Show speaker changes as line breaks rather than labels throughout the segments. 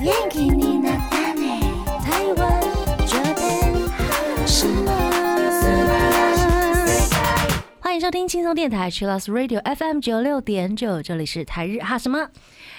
元気になったね台湾这边什么？
欢迎收听轻松电台 c h i l l s Radio FM 九六点九，这里是台日哈什么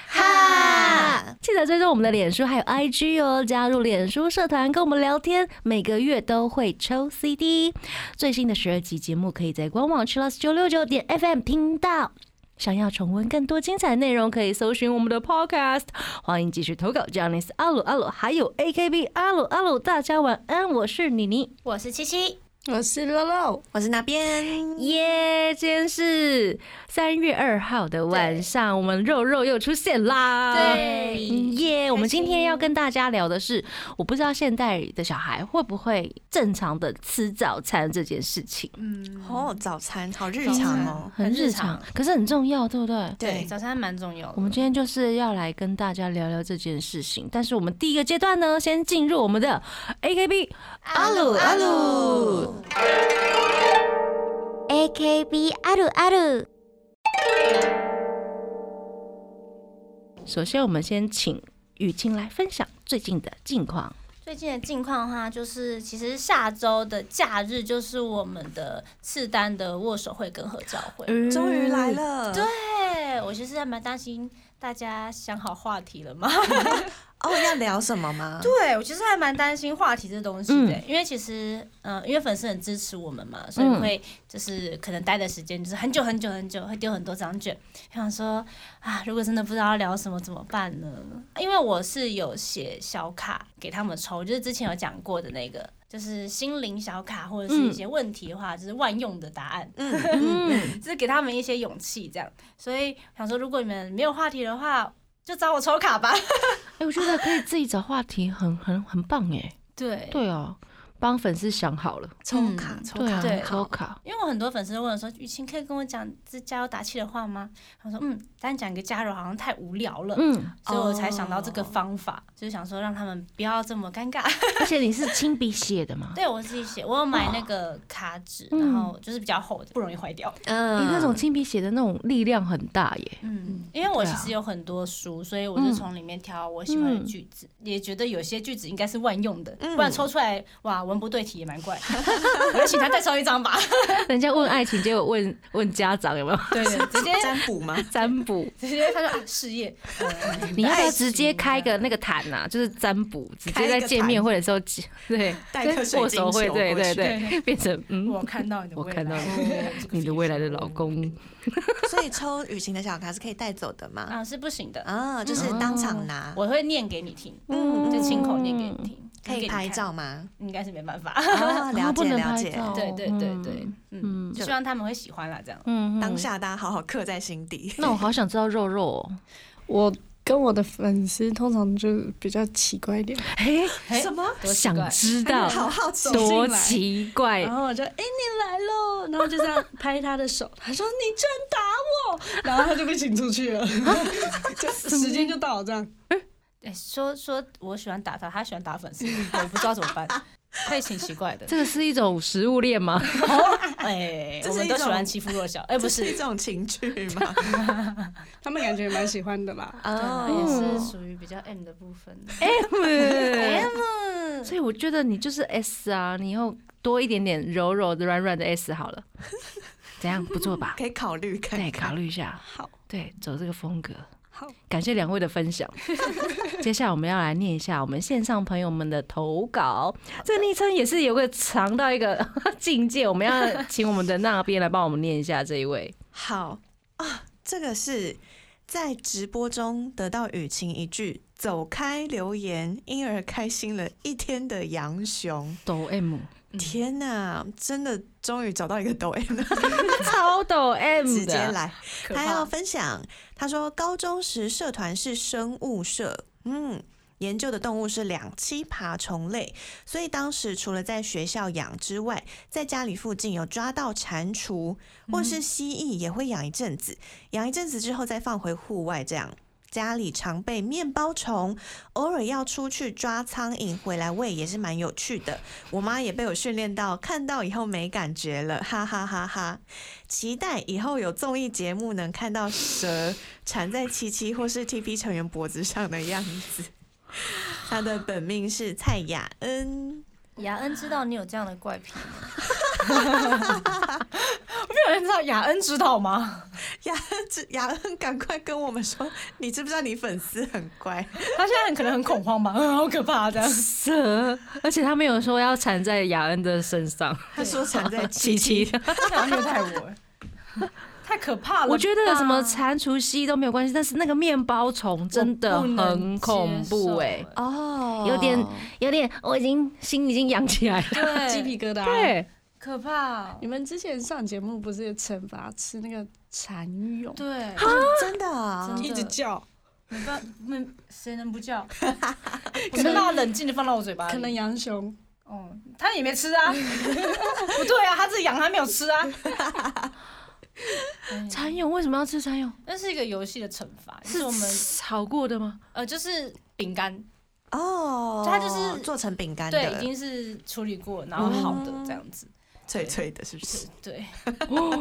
哈，记得追踪我们的脸书还有 IG 哦，加入脸书社团跟我们聊天，每个月都会抽 CD，最新的十二集节目可以在官网 c h i l l s 九六九点 FM 听到。想要重温更多精彩内容，可以搜寻我们的 Podcast。欢迎继续投稿 j a n i c e 阿鲁阿鲁，还有 AKB 阿鲁阿鲁，大家晚安，我是妮妮。
我是七七，
我是乐乐，
我是那边，
耶今天是三月二号的晚上，我们肉肉又出现啦！
对
嗯耶我们今天要跟大家聊的是，我不知道现代的小孩会不会正常的吃早餐这件事情，
嗯，
哦，早餐好日
早餐
常哦，
很
很日
日
常
常，可是很重要，对不对？
对，
对，
早餐蛮重要
我
的。
们今天就是要来跟大家聊聊这件事情，但是我们第一个阶段呢，先进入我们的 AKB 阿鲁阿鲁。
AKB あるある
首先，我们先请雨晴来分享最近的近况。
最近的近况的话，就是其实下周的假日就是我们的次单的握手会跟合照会。
嗯
终于来了，
对，我其实还蛮担心大家想好话题了吗？
哦，要聊什么吗？
对我其实还蛮担心话题这东西的，
嗯
因为其实呃，因为粉丝很支持我们嘛，所以
嗯
会就是可能待的时间就是很久很久很久，会丢很多张卷。想说啊，如果真的不知道要聊什么怎么办呢？因为我是有写小卡给他们抽，就是之前有讲过的那个。就是心灵小卡或者是一些问题的话，就是万用的答案，
嗯，
就是给他们一些勇气这样。所以想说，如果你们没有话题的话，就找我抽卡吧。
哎、我觉得可以自己找话题很，很很棒 哎。
对
对啊，帮粉丝想好了，
抽卡，
嗯
抽
对
卡，
啊，
对
抽卡，
因为我很多粉丝都问我说：“雨晴可以跟我讲这加油打气的话吗？”我说：“嗯，单讲一个加油好像太无聊了，
嗯，
所以我才想到这个方法，就是想说让他们不要这么尴尬。
而且你是亲笔写的嘛？
对我自己写，我有买那个卡纸，
嗯
然后就是比较厚的，不容易坏掉。
你、
嗯
那种亲笔写的那种力量很大耶。
嗯，因为我
对
其
啊
实有很多书，所以我就从里面挑我喜欢的句子，也觉得有些句子应该是万用的，
嗯
不然抽出来哇文不对题也蛮怪。我就请他再抽一张吧。
人家问爱情，结果问问家长 有没有
对对， 直接
占卜吗？
占卜？
直接他说啊事业，嗯
你要不
爱
要
情
直接开个那个坛呐、啊？就是占卜，直接
开
在
一个
见面会的时候，对，
带一颗水
握
晶
手会，
球
对
过
对
去
对， 变成嗯
我，看到你的
我
未来，
看到 你
哦这个
你的未来的
非常
老公。
所以抽雨晴的小卡是可以带走的吗？
啊是哦不行的，
啊，就是当场拿，
我会念给你听，
嗯
就亲口念给你听，
可以拍，照吗？
应该是没办法。
啊，了
啊不
解
能
了
拍
解，
照
对对对对，嗯，
嗯
就希望他们会喜欢啦，这样。
嗯，嗯
当。下大家好好刻在心底。
那我好想知道肉肉、哦，
我跟我的粉丝通常就比较奇怪一点，
哎、
嘿
什么？
多奇
想
怪
知道，
好好奇，
多奇怪
嗯
然后我就哎、你来喽，然后就这样拍他的手，他说你真打我，然后他就被请出去 了，就时间就到了这样。
嗯
哎，说说我喜欢打他，他喜欢打粉丝，我不知道怎 么办，会挺奇怪的。
这个是一种食物链吗？
哎，
这
我
是
们
一
都喜欢
种
欺负弱小，哎，不
这是一
是，
种情趣吗？
他们感觉蛮喜欢的啦。
对哎
哦，
也是属于比较 M 的部分。
嗯
M，所以我觉得你就是 S 啊，你以后多一点点柔柔的、软软的 S 好 了，怎样？不错吧？
可以考虑看
对，
看。
考虑一下，
好，
对，走这个风格。
好，
感谢两位的分 享。接下来我们要来念一下我们线上朋友们的投稿，这个昵称也是有个长到一个 境界，我们要请我们的那边来帮我们念一下这一位。
好啊，这个是在直播中得到雨晴一句“走开”留言，因而开心了一天的杨雄。
抖 M，
天哪，真的终于找到一个抖 M 了，
超抖 M 的，
直接来。
可
他要
怕，
分享，他说高中时社团是生物社，嗯。研究的动物是两栖爬虫类，所以当时除了在学校养之外，在家里附近有抓到蟾蜍或
嗯
是蜥蜴，也会养一阵子，养一阵子之后再放回户外这样。家里常备面包虫，偶尔要出去抓苍蝇回来喂，也是蛮有趣的。我妈也被我训练到，看到以后没感觉了，哈哈哈哈！期待以后有综艺节 目能看到蛇缠在七七或是 TP 成员脖子上的样子。他的本命是蔡雅恩。
雅恩知道你有这样的怪癖吗？ 没有人知道雅恩知道吗？
雅恩知，雅恩，赶快跟我们说，你知不知道你粉丝很乖？
他现在很可能很恐慌吧， 嗯，好可怕这样。
蛇，而且他没有说要缠在雅恩的身 上，
他说藏在
琪琪。
他虐待我，太可怕了吧。
我觉得什么蟾蜍蜥都没有关系，但是那个面包虫真的
我不能
很恐怖哎、
接受欸
哦
有点有点，我已经心已经痒起来了。
鸡
对，啊
皮疙瘩。，
对，
可怕
你。们之前上节目不是有惩罚吃那个蚕蛹，
对，
真的啊
真，的
一直叫，
没办没谁能不叫？我能把它冷静的放到我嘴巴里。
可能杨雄
哦，他也没吃啊，不对啊，他自己养还没有吃啊。
蚕蛹为什么要吃蚕蛹？
那是一个游戏的惩罚，嗯就是
是
我们
炒过的吗？
呃，就是饼干，
哦，
它就是
做成饼干
对，已
的，哦
经是处理过，然后好的这样子，
脆脆的，是不是？
对。对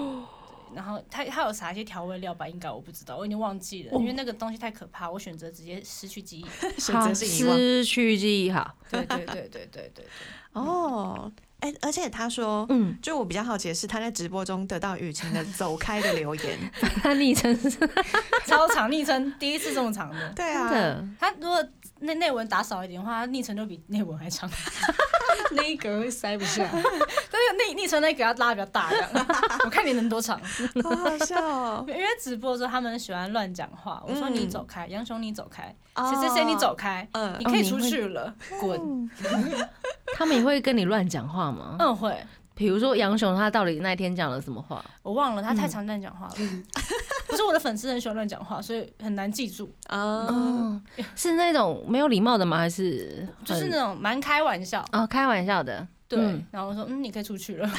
然后它它有撒一些调味料吧？应该我不知道，我已经忘记了，因
哦
为那个东西太可怕，我选择直接失去 记忆。
选
好，
择性遗忘。
失去记忆好。
对对对对对对
哦，哎、而且他说，
嗯，
就我比较好奇的是，他在直播中得到雨晴的走开的留 言。
他昵称是
对，超长昵称，第一次这么长 的。
对
真
啊，
的，
他如果内内文打少一点的话，他昵称就比内文还 长。
那一格会塞不下，
但是内昵称那个要拉得比较大，这样 我看你能多长。
好好 笑哦。
因为直播的时候他们喜欢乱讲话，我说
嗯哦
你走开，杨雄你走开，谁谁谁你走开，
嗯
哦
你可以出去了，
嗯
滚。
他们也会跟你乱讲话吗？
嗯，会，
比如说杨雄，他到底那天讲了什么话？
我忘了，他
嗯
太常乱讲话了。 可是我的粉丝很喜欢乱讲话，所以很难记住，
啊，
哦，是那种没有礼貌的吗？还是
嗯就是
很
那种蛮开玩笑。
哦，开玩笑的。
对
嗯，
然后我说嗯，你可以出去了，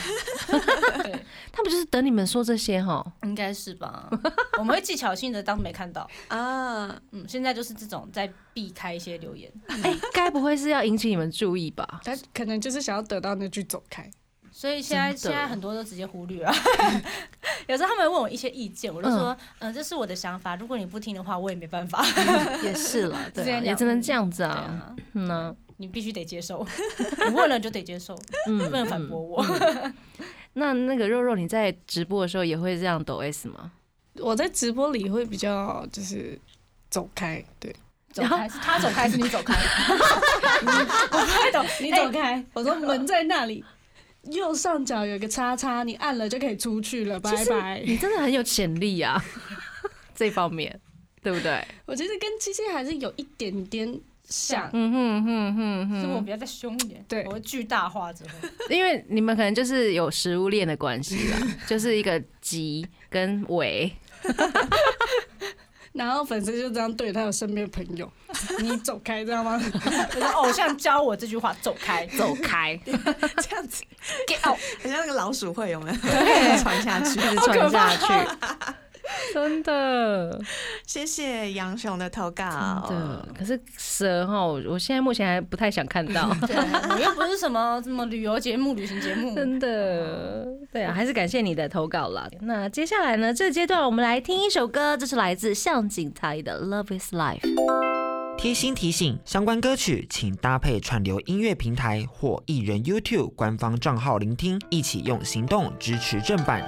对，
他们就是等你们说这些哈。
应该是吧？我们会技巧性的当没看到。
啊，
嗯，现在就是这种在避开一些留言，
哎，该不会是要引起你们注意吧？
他可能就是想要得到那句走开。
所以现
真
在
的
现在很多都直接忽略啊。 有时候他们会问我一些意见，我就说，嗯、这是我的想法，如果你不听的话，我也没办法。
也是了，对
这
啊，
样
也
讲
只能这样子
对
啊。
啊，
嗯啊
你必须得接受， 你问了就得接受，
嗯，
不能反
嗯
驳我。
那那个肉肉，你在直播的时候也会这样抖 S 吗？
我在直播里会比较就是走开，对
走开，是他走开还是你走 开？嗯哎我不太懂，
你
你
走
走
开。
开。
我说门在那里， 右上角有个叉叉，你按了就可以出去了，拜拜。
你真的很有潜力 啊，这方面，对不对？
我觉得跟七七还是有一点点像，
嗯哼哼哼
是我
哼，
比较再凶一点，
对
我会巨大化之后，
因为你们可能就是有食物链的关系 啦，就是一个集跟尾，
然后粉丝就这样对他的身边朋 友：“你走开，知道吗
就是偶像教我这句话，走开
走 开，
这样子
，get out。
很像那个老鼠会，有没有？ 传下去。
一直传下去，真的
谢谢杨雄的投稿。
真
啊
的。可是蛇哈，我我现在目前还不太想看到
，对，我又不是什么什么旅游节目、旅行节目，
真的，对啊，还是感谢你的投稿啦。那接下来呢，这个阶段我们来听一首歌，这是来自向井台的《Love Is Life》。
贴心提醒：相关歌曲请搭配串流音乐平台或艺人 YouTube 官方账号聆听，一起用行动支持正版。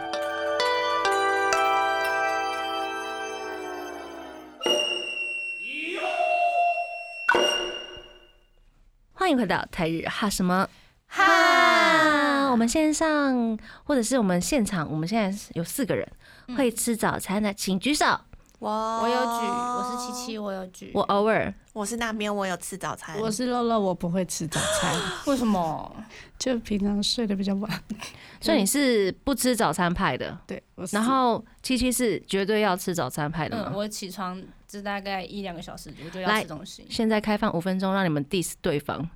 欢迎回到台日哈什么哈？
哈
我们线上或者是我们现场，我们现在有四个人会吃早餐的，请举手。
哇
我有举，我是七，七，我有举。
我偶尔
我是那边，我有吃早餐。？”
我是肉肉，我不会吃早 餐，
为什么？
就平常睡得比较晚。
所以你是不吃早餐派的，
对，我 是
然后七七是绝对要吃早餐派的
嗯，
吗？
我起床这大概一两个小时，我就要
来。
吃东西
现在开放五分钟，让你们 diss 对方。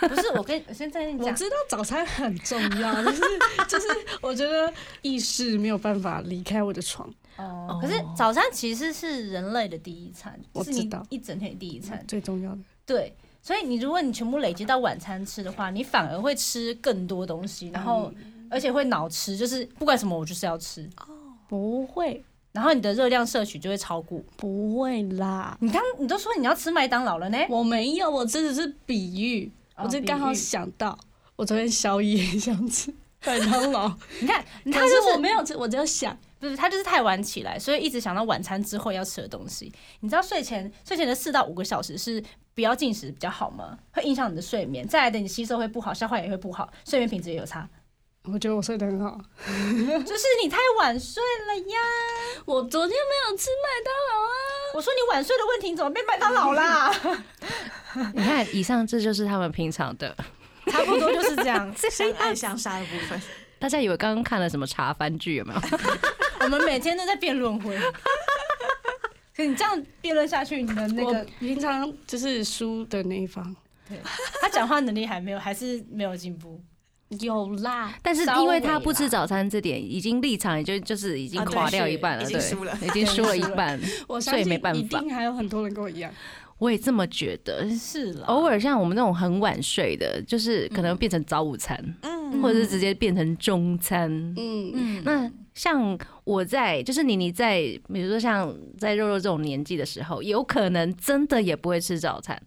不是，我跟我先在那
我
讲，
知道早餐很重要，但是 就是我觉得意识没有办法离开我的床。
哦，可是早餐其实是人类的第一餐，
我
是
知
你
道
一整天的第一餐。
最重要的，
对，所以你如果你全部累积到晚餐吃的话，你反而会吃更多嗯东西，然后而且会脑吃，就是不管什么我就是要吃。
不会，
然后你的热量摄取就会超过。
不会啦，
你刚你都说你要吃麦当劳了呢，
我没有，我这只是比喻，
哦
我这刚
比
好
喻
想到，我昨天宵夜想吃 麦当劳，
你看他
可
就是是
我没有吃，我只有想，
不是他就是太晚起来，所以一直想到晚餐之后要吃的东西。你知道睡前睡前的四到五个小时是不要进食比较好吗？会影响你的睡眠，再来的你吸收会不好，消化也会不好，睡眠品质也有差。
我觉得我睡得很好。
就是你太晚睡了呀！
我昨天没有吃麦当劳啊，
我说你晚睡的问题，你怎么变麦当劳啦？
你看，以上这就是他们平常的。
差不多就是这样。
相爱相杀的部分。
大家以为刚刚看了什么茶番剧有没有？
我们每天都在辩论会。可你这样辩论下去，你的那
我
个
平常就是输的那一方。
他讲话能力还没有，还是没有进步。
有啦，
但是因为他不
稍微
吃
啦
早餐这点，已经立场也就就是已经
啊对
垮掉
是
一半了，
已
对
经输了，
已经输了一
输了
半。
我
所
相
以
信
没办法
一定还有很多人跟我一样。
我也这么觉得。
是了，
偶尔像我们那种很晚睡的，就是可能变成早午餐，
嗯，
或者是直接变成中餐。
嗯，
嗯，
那像我在，就是妮妮在，比如说像在肉肉这种年纪的时候，有可能真的也不会吃早餐。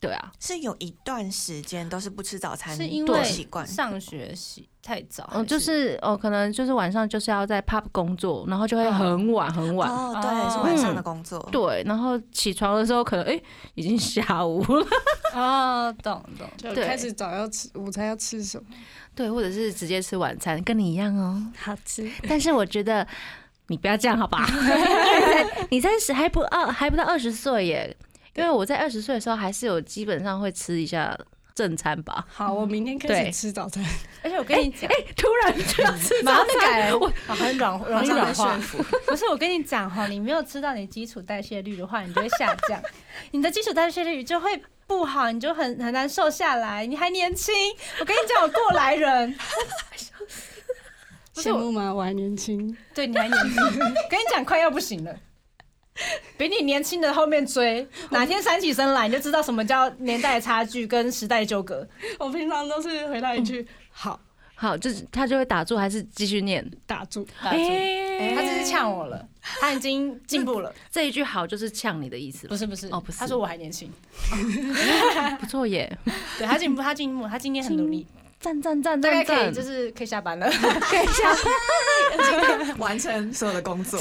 对啊，
是有一段时间都是不吃早餐，
是因
多
为
习惯。
上学习太早，
嗯，就是哦，可能就是晚上就是要在 pub 工作，然后就会很晚很晚。
哦，对，是
哦
晚上的工作。
对，然后起床的时候可能哎、已经下午了，
哦，懂懂。
就
对
开始找要吃午餐要吃什么，
对，或者是直接吃晚餐，跟你一样哦。
好吃。
但是我觉得你不要这样好 吧？因为在你在十还不二还不到二十岁耶，因为我在二十岁的时候还是有基本上会吃一下正餐吧。
好，我明天
对
开始吃早餐。
而且我跟你讲，
突然就 要吃
马上
早
就
餐，
改，
我
啊很软容易软化。 不是我跟你讲哈，你没有吃到你基础代谢率的话，你就会下 降，你的基础代谢率就会不好，你就很很难瘦下来。你还年轻，我跟你讲，我过来人，不是
羡
我
慕吗？我还年轻。
对你还年轻，跟你讲快要不行了。比你年轻的后面追，哪天三起身来，你就知道什么叫年代差距跟时代纠葛。
我平常都是回答一句“好
好，就是他就会打住，还是继续念。”，
打住。
哎
他这是呛我了，他已经进步了。
这一句好就是呛你的意思
不
了，
是不是，
哦不是
他说我还年轻，
不错耶，
对他进步，他进步，他今天很努力，
赞赞赞
大概
赞
可以
赞
就，是可以下班了。嗯
完成所有的工作，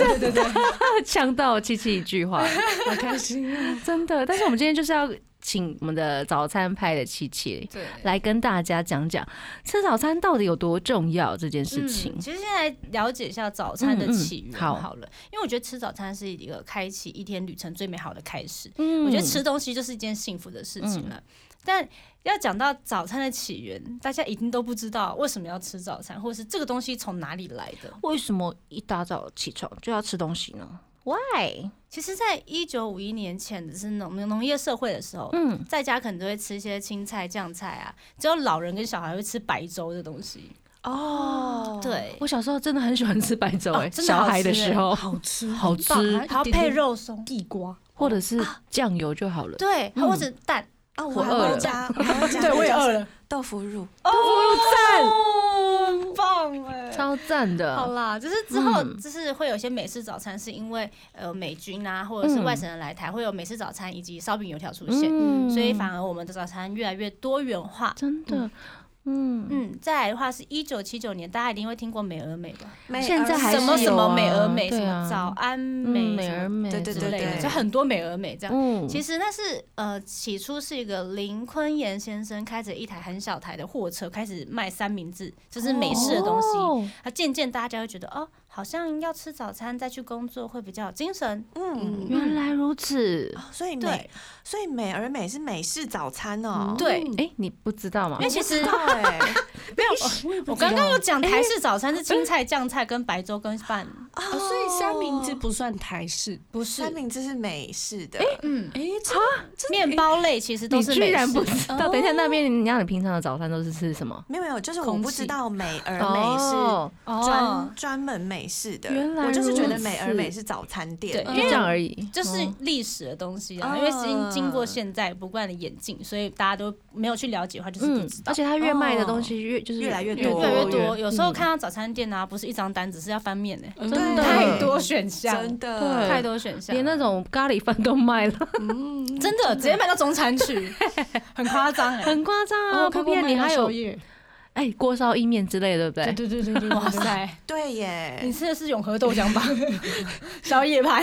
呛到七七一句 话，
好开心啊！
真的。但是我们今天就是要请我们的早餐派的七七
对，
来跟大家讲讲吃早餐到底有多重要这件事情
嗯。其实先来了解一下早餐的起
嗯嗯
源
好
好了，因为我觉得吃早餐是一个开启一天旅程最美好的开始。
嗯
我觉得吃东西就是一件幸福的事情了。但要讲到早餐的起源，大家一定都不知道为什么要吃早餐，或者是这个东西从哪里来的。
为什么一大早起床就要吃东西呢？Why？
其实，在一九五一年前的是农农业社会的时候，
嗯，
在家可能都会吃一些青菜、酱菜啊，只有老人跟小孩会吃白粥的东西。
哦，
对，
我小时候真的很喜欢吃白粥、哎、
哦真的
小
好吃
孩的时候好
吃
好吃，
然后配肉松，
地瓜，
或者是酱油就好了。
对，
嗯
或者蛋。
哦，
我
我还
饿
要
了
加，我还要加，
了，
豆腐乳，
哦，很棒
欸
哎、
超赞
好
的，
啦，就是之后
嗯
就是会有一些美式早餐，是因为呃美军啊或者是
嗯
外省人来台，会有美式早餐以及烧饼油条出现，所以反而我们的早餐越来越多元化。
真的，嗯
嗯，再来的话是一九七九年，大家一定会听过美而美吧？
美
现在
而
还
美
什么
是
什
有
么
啊
美而美，
对
什
啊
么早安
嗯
美、
美而
美
美，
对对
之
对
类的，就很多美而美这样。
嗯，
其
实
实那是呃，起初是一个林坤炎先生开着一台很小台的货车，开始卖三明治，就是美式的东西。
哦
啊，渐渐大家会觉得哦，好像要吃早餐再去工作会比较有精神。
嗯，
嗯，
原来如此。
哦所以美
对，，
所以美而美是美式早餐
嗯
哦。
对
哎、你不知道吗
因为？其实
对，
没有，我刚刚有
哎
讲台式早餐是青菜、酱菜跟白粥跟饭，
哦，所以三明治不算台式。
不是
三，明治是美式的，
嗯，
哎，
面包类其实都
哎你
是
居
美
然
式
不知道？等一下，那边你让你平常的早餐都是吃什么？
没有没有，就是我
空
不
气
知道美而美是
哦，
哦
专，专门美式的
原，来
我就是觉得
如
美而
此
美是早餐店。
对
就这样而已。
就是
哦
历史的东西啊，
哦
因为经经过现在不断的演进，所以大家都没有去了解的话，就是不
嗯
知，道
而。且它越卖的东西越就是
越来越多
越来越
多
多，有时候
嗯
看到早餐店啊，不是一张单子，是要翻面的。
真
真真的
太多选项，
真的
对
太多选项，
连那种咖喱饭都卖了，
嗯
真的直接卖到中餐去，很夸张哎！
很夸张啊！
哦，
不
看过
骗你，
麦当
还有
宵夜
哎锅烧意面之类，对不对？
对对对对对，
哇
哇塞，
塞，
对
你
耶，
吃的是永和豆浆 吧？宵夜派。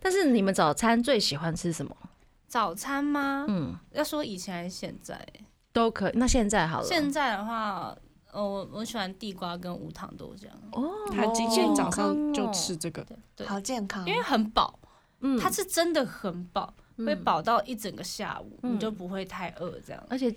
但是你们早餐最喜欢吃什么？
早餐吗？
嗯，
要说以前还是现在？
都可以。那现在好了，
现在的话，呃，我我喜欢地瓜跟无糖豆浆，啊
哦，
他今
好
天
健
早
康
上就
哦，
吃这个，
对对，
好健康，
因为很饱，
嗯
它是真的很饱，会
嗯
饱到一整个下午，
嗯
你就不会太饿这样。
而且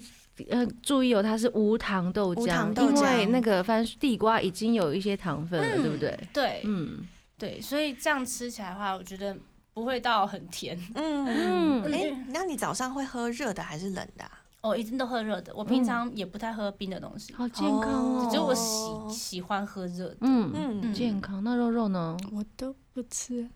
呃，注意哦，它是无糖豆
无
浆
糖，豆
因为
浆
那个番薯地瓜已经有一些糖分了，对不对？
对
嗯
对，所以这样吃起来的话，我觉得不会到很甜。
嗯。
嗯，
哎、那你早上会喝热的还是冷的、啊？
哦我一定都喝热的，我平常也不太喝冰的东西，
好健康哦，
哦
只有我
哦
喜喜欢喝热的。
嗯。
嗯，
嗯
健康，那肉肉呢？
我都不吃。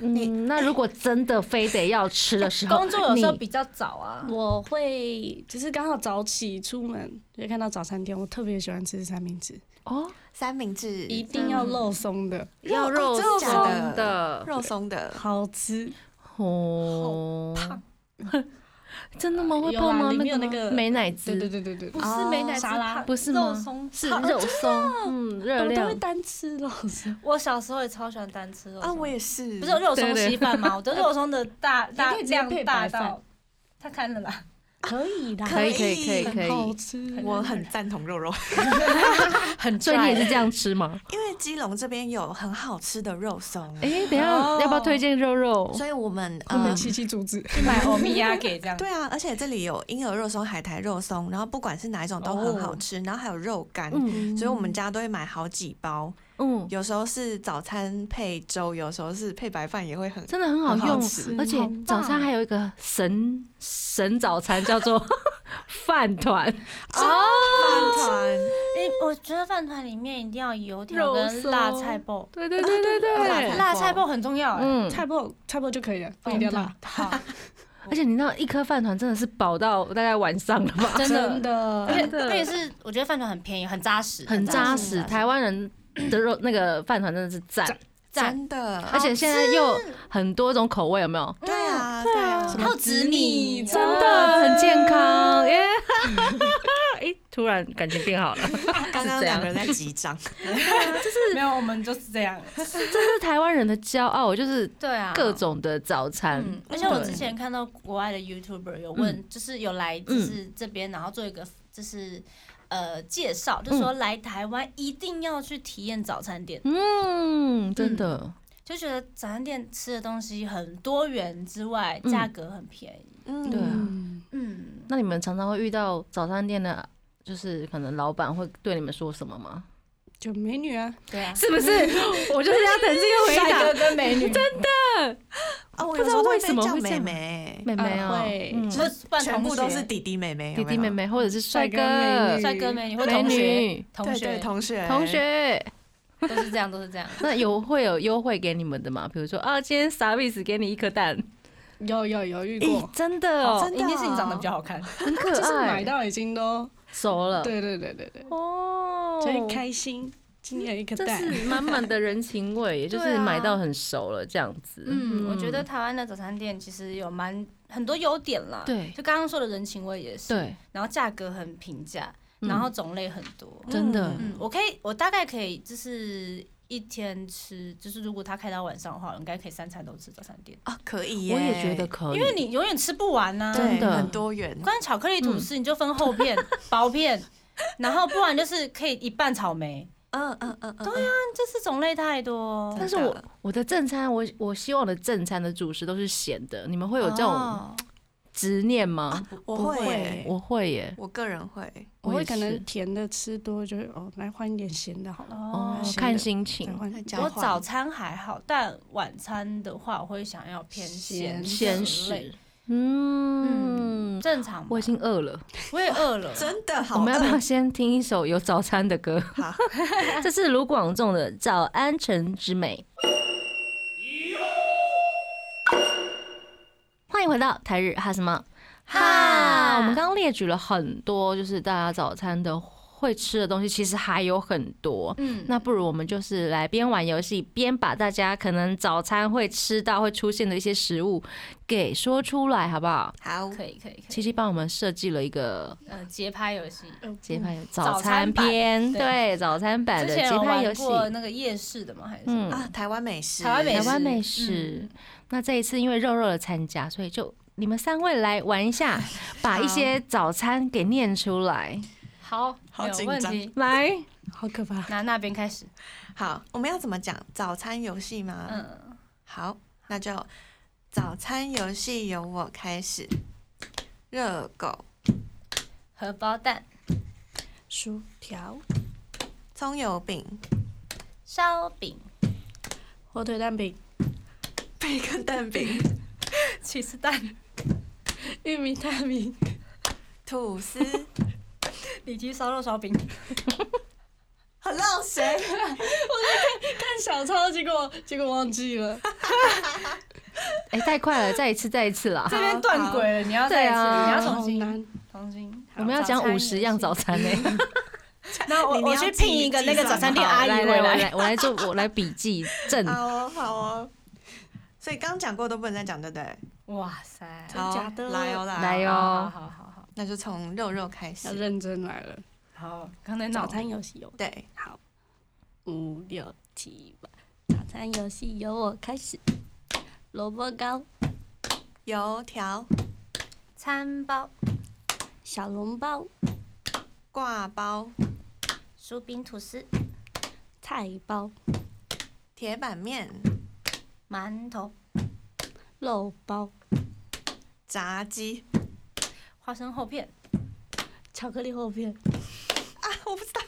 你
嗯，那如果真的非得要吃的时候，
工作有时候
你
比较早啊，
我会就是刚好早起出门，就看到早餐店，我特别喜欢吃三明治，
哦，
三明治
一定要肉松的，
要肉
肉哦真的假
松的
肉松的，
好吃。
哦，
胖
真的吗？会
有
胖
啦
吗？
里面有
那
那个
美乃滋
对对对对对，
不是美乃滋
哦沙拉
胖
不是
肉
吗
松
是
胖
肉松，嗯，热
我都会
量。
单吃肉松，
我小时候也超喜欢单吃肉松
啊，我也是，
不是有肉
对
松
对
稀饭吗？我的肉松的大大
可以直接
量
配
大
白饭
到，他看了啦，
可以的
可以可以可以
可
可
好
以，
吃。
我很赞同肉肉，
很
所以你也是这样吃吗？
因为基隆这边有很好吃的肉松，
哎，等一下
哦
要不要推荐肉肉？
所以我们
后面
呃
七七竹子，
买欧米亚给 这样，
对啊，而且这里有婴儿肉松、海苔肉松，然后不管是哪一种都很好吃，然后还有肉干，
哦嗯
所以我们家都会买好几包，
嗯，
有时候是早餐配粥，有时候是配白饭，也会很
真的很嗯好
很好
用
吃，
而且早餐还有一个神神早餐叫做 饭团，
哦，饭团
诶我觉得饭团里面一定要油条
肉
跟
松
辣菜包，
对对对对 对，
辣菜包很重要哎，
嗯，
菜包菜包就可以了，不一定要辣。
好，
而且你知道一颗饭团真的是饱到大概晚上了吧？
真的
真的
而且
真的
特别是我觉得饭团很便宜，很扎实，
很扎实，
实，
台湾人的肉那个饭团真的是赞，
赞，
真的
而，且现在又很多种口味，有没有？
对啊，对啊，什
还
么
有紫米，哦
真的很健康 耶！哎，突然感情变好了，
刚刚
这样
两个人在击掌，
啊
没有我们就是这样，
这是台湾人的骄傲，就是
对啊，
各。种的早餐，
嗯，而且我
对
之前看到国外的 YouTuber 有问，就是有来就是这边，然后做一个就是呃介绍，就说来台湾一定要去体验早餐店，
嗯，真的，
就觉得早餐店吃的东西很多元之外，价格很便宜。
嗯
对啊。
嗯，
那你们常常会遇到早餐店的，就是可能老板会对你们说什么吗？
就美女啊，
对啊，
是不 是？我就是要等这
帅哥跟美女，
哦，我
不
有
知
时
道
候都
为
会
什么
被叫
会这
妹
样
妹，
妹妹哦，
呃会
嗯
就不然
全部
同
都
学
是弟弟妹妹，有
弟弟
没有
妹，妹或者是帅哥、
帅
帅哥美女或
美
同学
女、
同
对对，
学
同学
同学。
都是这样，都是这样。
那有会有优惠给你们的吗？比如说啊，今天 service 给你一颗蛋，
有有有遇
咦
过，，
真的哦，
真
一
的
定是你长得
哦
比较好看，
很可
啊就是买
爱，
到已经都，
熟了，
对对对对对，
哦，
就会开心。今天有一颗
这
蛋，
是满满的人情味，也就是
对啊
买到很熟了这样子。
嗯，我觉得台湾的早餐店其实有蛮很多优点啦。
对
就刚刚说的人情味也是。
对，
然后价格很平价，
嗯
然后种类很多。
真的，
嗯，我可以，我大概可以就是一天吃，就是如果他开到晚上的话，我应该可以三餐都吃早餐店，
啊，可以耶，
我也觉得可以，
因为你永远吃不完呐、
对
真的
很多元，
光巧克力
嗯
吐司你就分厚片、薄片， 然后不然就是可以一半草莓，
嗯嗯嗯，对呀，
啊
但这是种类太多。
但是我我的正餐，我我希望的正餐的主食都是咸的，你们会有这种
哦啊
执念吗？
我
不
会
会
耶，
我会耶，
我个人会，
我
我
会
也
可
是
能甜的吃多，就是哦，来换一点咸的好了，
哦
哦，
咸，的
看心
再
情，
换
再交
我
换
早餐还好，但晚餐的话，我会想要偏
咸
咸
咸
之类
食，嗯，
正常吧。
我已经饿了，
我也饿了，
真的
我
好
们要不要
饿，
先听一首有早餐的歌？
好，
这是卢广仲的《早安城之美》。欢迎回到台日哈什么哈，我们刚刚列举了很多，就是大家早餐的。会吃的东西其实还有很多。
嗯，
那不如我们就是来边玩游戏边把大家可能早餐会吃到会出现的一些食物给说出来，好不好？
好，
可以可以可
七
以，
七帮我们设计了一个
呃，节拍游戏。
哦
节
嗯
拍游
早
嗯早
餐
餐
版
篇，
对
对早餐版
之
的
前
节
有
拍游
玩
戏，
过那个夜市的吗？还是什么
嗯
啊，台湾美食，
台湾美
台湾美
食
食
嗯。
那这一次因为肉肉的参加，所以就你们三位来玩一 下，把一些早餐给念出来。
好，
好
没有
紧
问
张
题。
来，
好可怕。
那那边开始，
好，我们要怎么讲早餐游戏吗？
嗯，
好，那就早餐游戏由我开始。热狗、
荷包蛋、
薯条、
葱油饼、
烧 饼、
火腿蛋饼、
培根蛋饼、
起司蛋、
玉米蛋饼、
吐司，
里脊烧肉烧饼。
好漏水。
看小抄，结果结果忘记 了。
哎、太快了，再一次，再一次 啦！
这边断轨了，你要再一次，
对啊
你要重
好
新，
难，
重新。
我们要讲五十样 早
餐
餐呢、欸
游戏，那我
你你
我
要
去
记
聘一个那
计
个
算
早餐店
好
阿姨
来
回
来，我
来。
来，我来做，我来笔记正。
好哦，好哦。所以刚讲过都不能再讲，对不对？
哇塞，
好，
假的
来哦，来哦，
来
好
哦，
好好好
那就从肉肉开
要
始。
认真来了。
好，刚才脑
早餐游戏有
对，
好，五六七八，早餐游戏由我开始。萝卜糕、
油条、
餐包、
小笼包、
挂包、
酥饼、吐司、
菜包、
铁板面、
馒头、
肉包、
炸鸡。
花生厚片。
巧克力厚片。
我不知道，